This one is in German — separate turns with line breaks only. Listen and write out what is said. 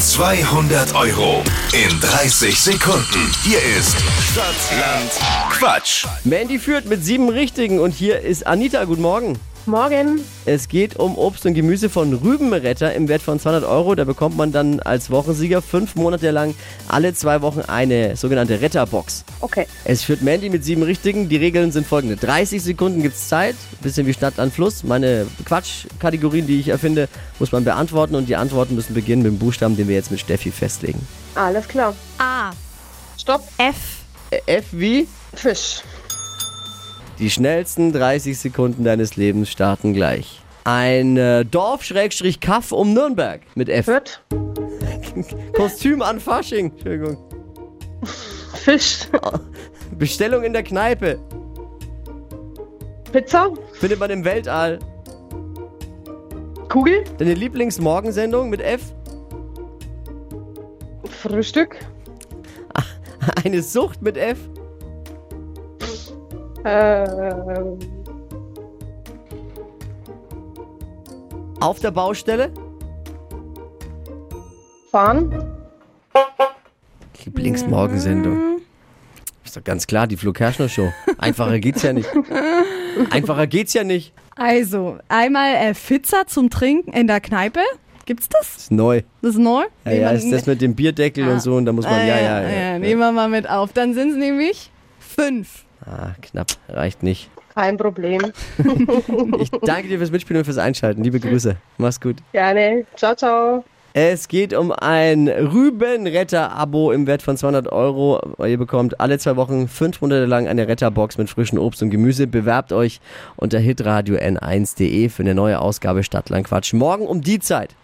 200 Euro in 30 Sekunden. Hier ist Stadtland Quatsch.
Mandy führt mit sieben Richtigen und hier ist Anita. Guten Morgen.
Morgen.
Es geht um Obst und Gemüse von Rübenretter im Wert von 200 Euro. Da bekommt man dann als Wochensieger fünf Monate lang alle zwei Wochen eine sogenannte Retterbox.
Okay.
Es führt Mandy mit sieben Richtigen. Die Regeln sind folgende. 30 Sekunden gibt's Zeit. Bisschen wie Stadt an Fluss. Meine Quatschkategorien, die ich erfinde, muss man beantworten. Und die Antworten müssen beginnen mit dem Buchstaben, den wir jetzt mit Steffi festlegen.
Alles klar.
A.
Stopp.
F.
F wie?
Fisch.
Die schnellsten 30 Sekunden deines Lebens starten gleich. Ein äh, Dorf-Kaff um Nürnberg mit F.
Wird.
Kostüm an Fasching. Entschuldigung.
Fisch.
Bestellung in der Kneipe.
Pizza.
Findet man im Weltall.
Kugel.
Deine Lieblingsmorgensendung mit F.
Frühstück.
Eine Sucht mit F.
Ähm,
Auf der Baustelle.
fahren.
Lieblingsmorgensendung. Ist doch ganz klar, die Flo Kerschner Show. Einfacher geht's ja nicht. Einfacher geht's ja nicht.
Also, einmal äh, Pizza zum Trinken in der Kneipe. Gibt's das?
Ist neu.
Das ist neu?
Ja, ja, ist das mit dem Bierdeckel und so und da muss man, Ah. ja, ja, ja.
Ah, Nehmen wir mal mit auf. Dann sind es nämlich fünf.
Ah, knapp, reicht nicht.
Kein Problem.
Ich danke dir fürs Mitspielen und fürs Einschalten. Liebe Grüße. Mach's gut.
Gerne. Ciao, ciao.
Es geht um ein Rübenretter-Abo im Wert von 200 Euro. Ihr bekommt alle zwei Wochen fünf Monate lang eine Retterbox mit frischem Obst und Gemüse. Bewerbt euch unter hitradio n1.de für eine neue Ausgabe Stadtlandquatsch. Morgen um die Zeit.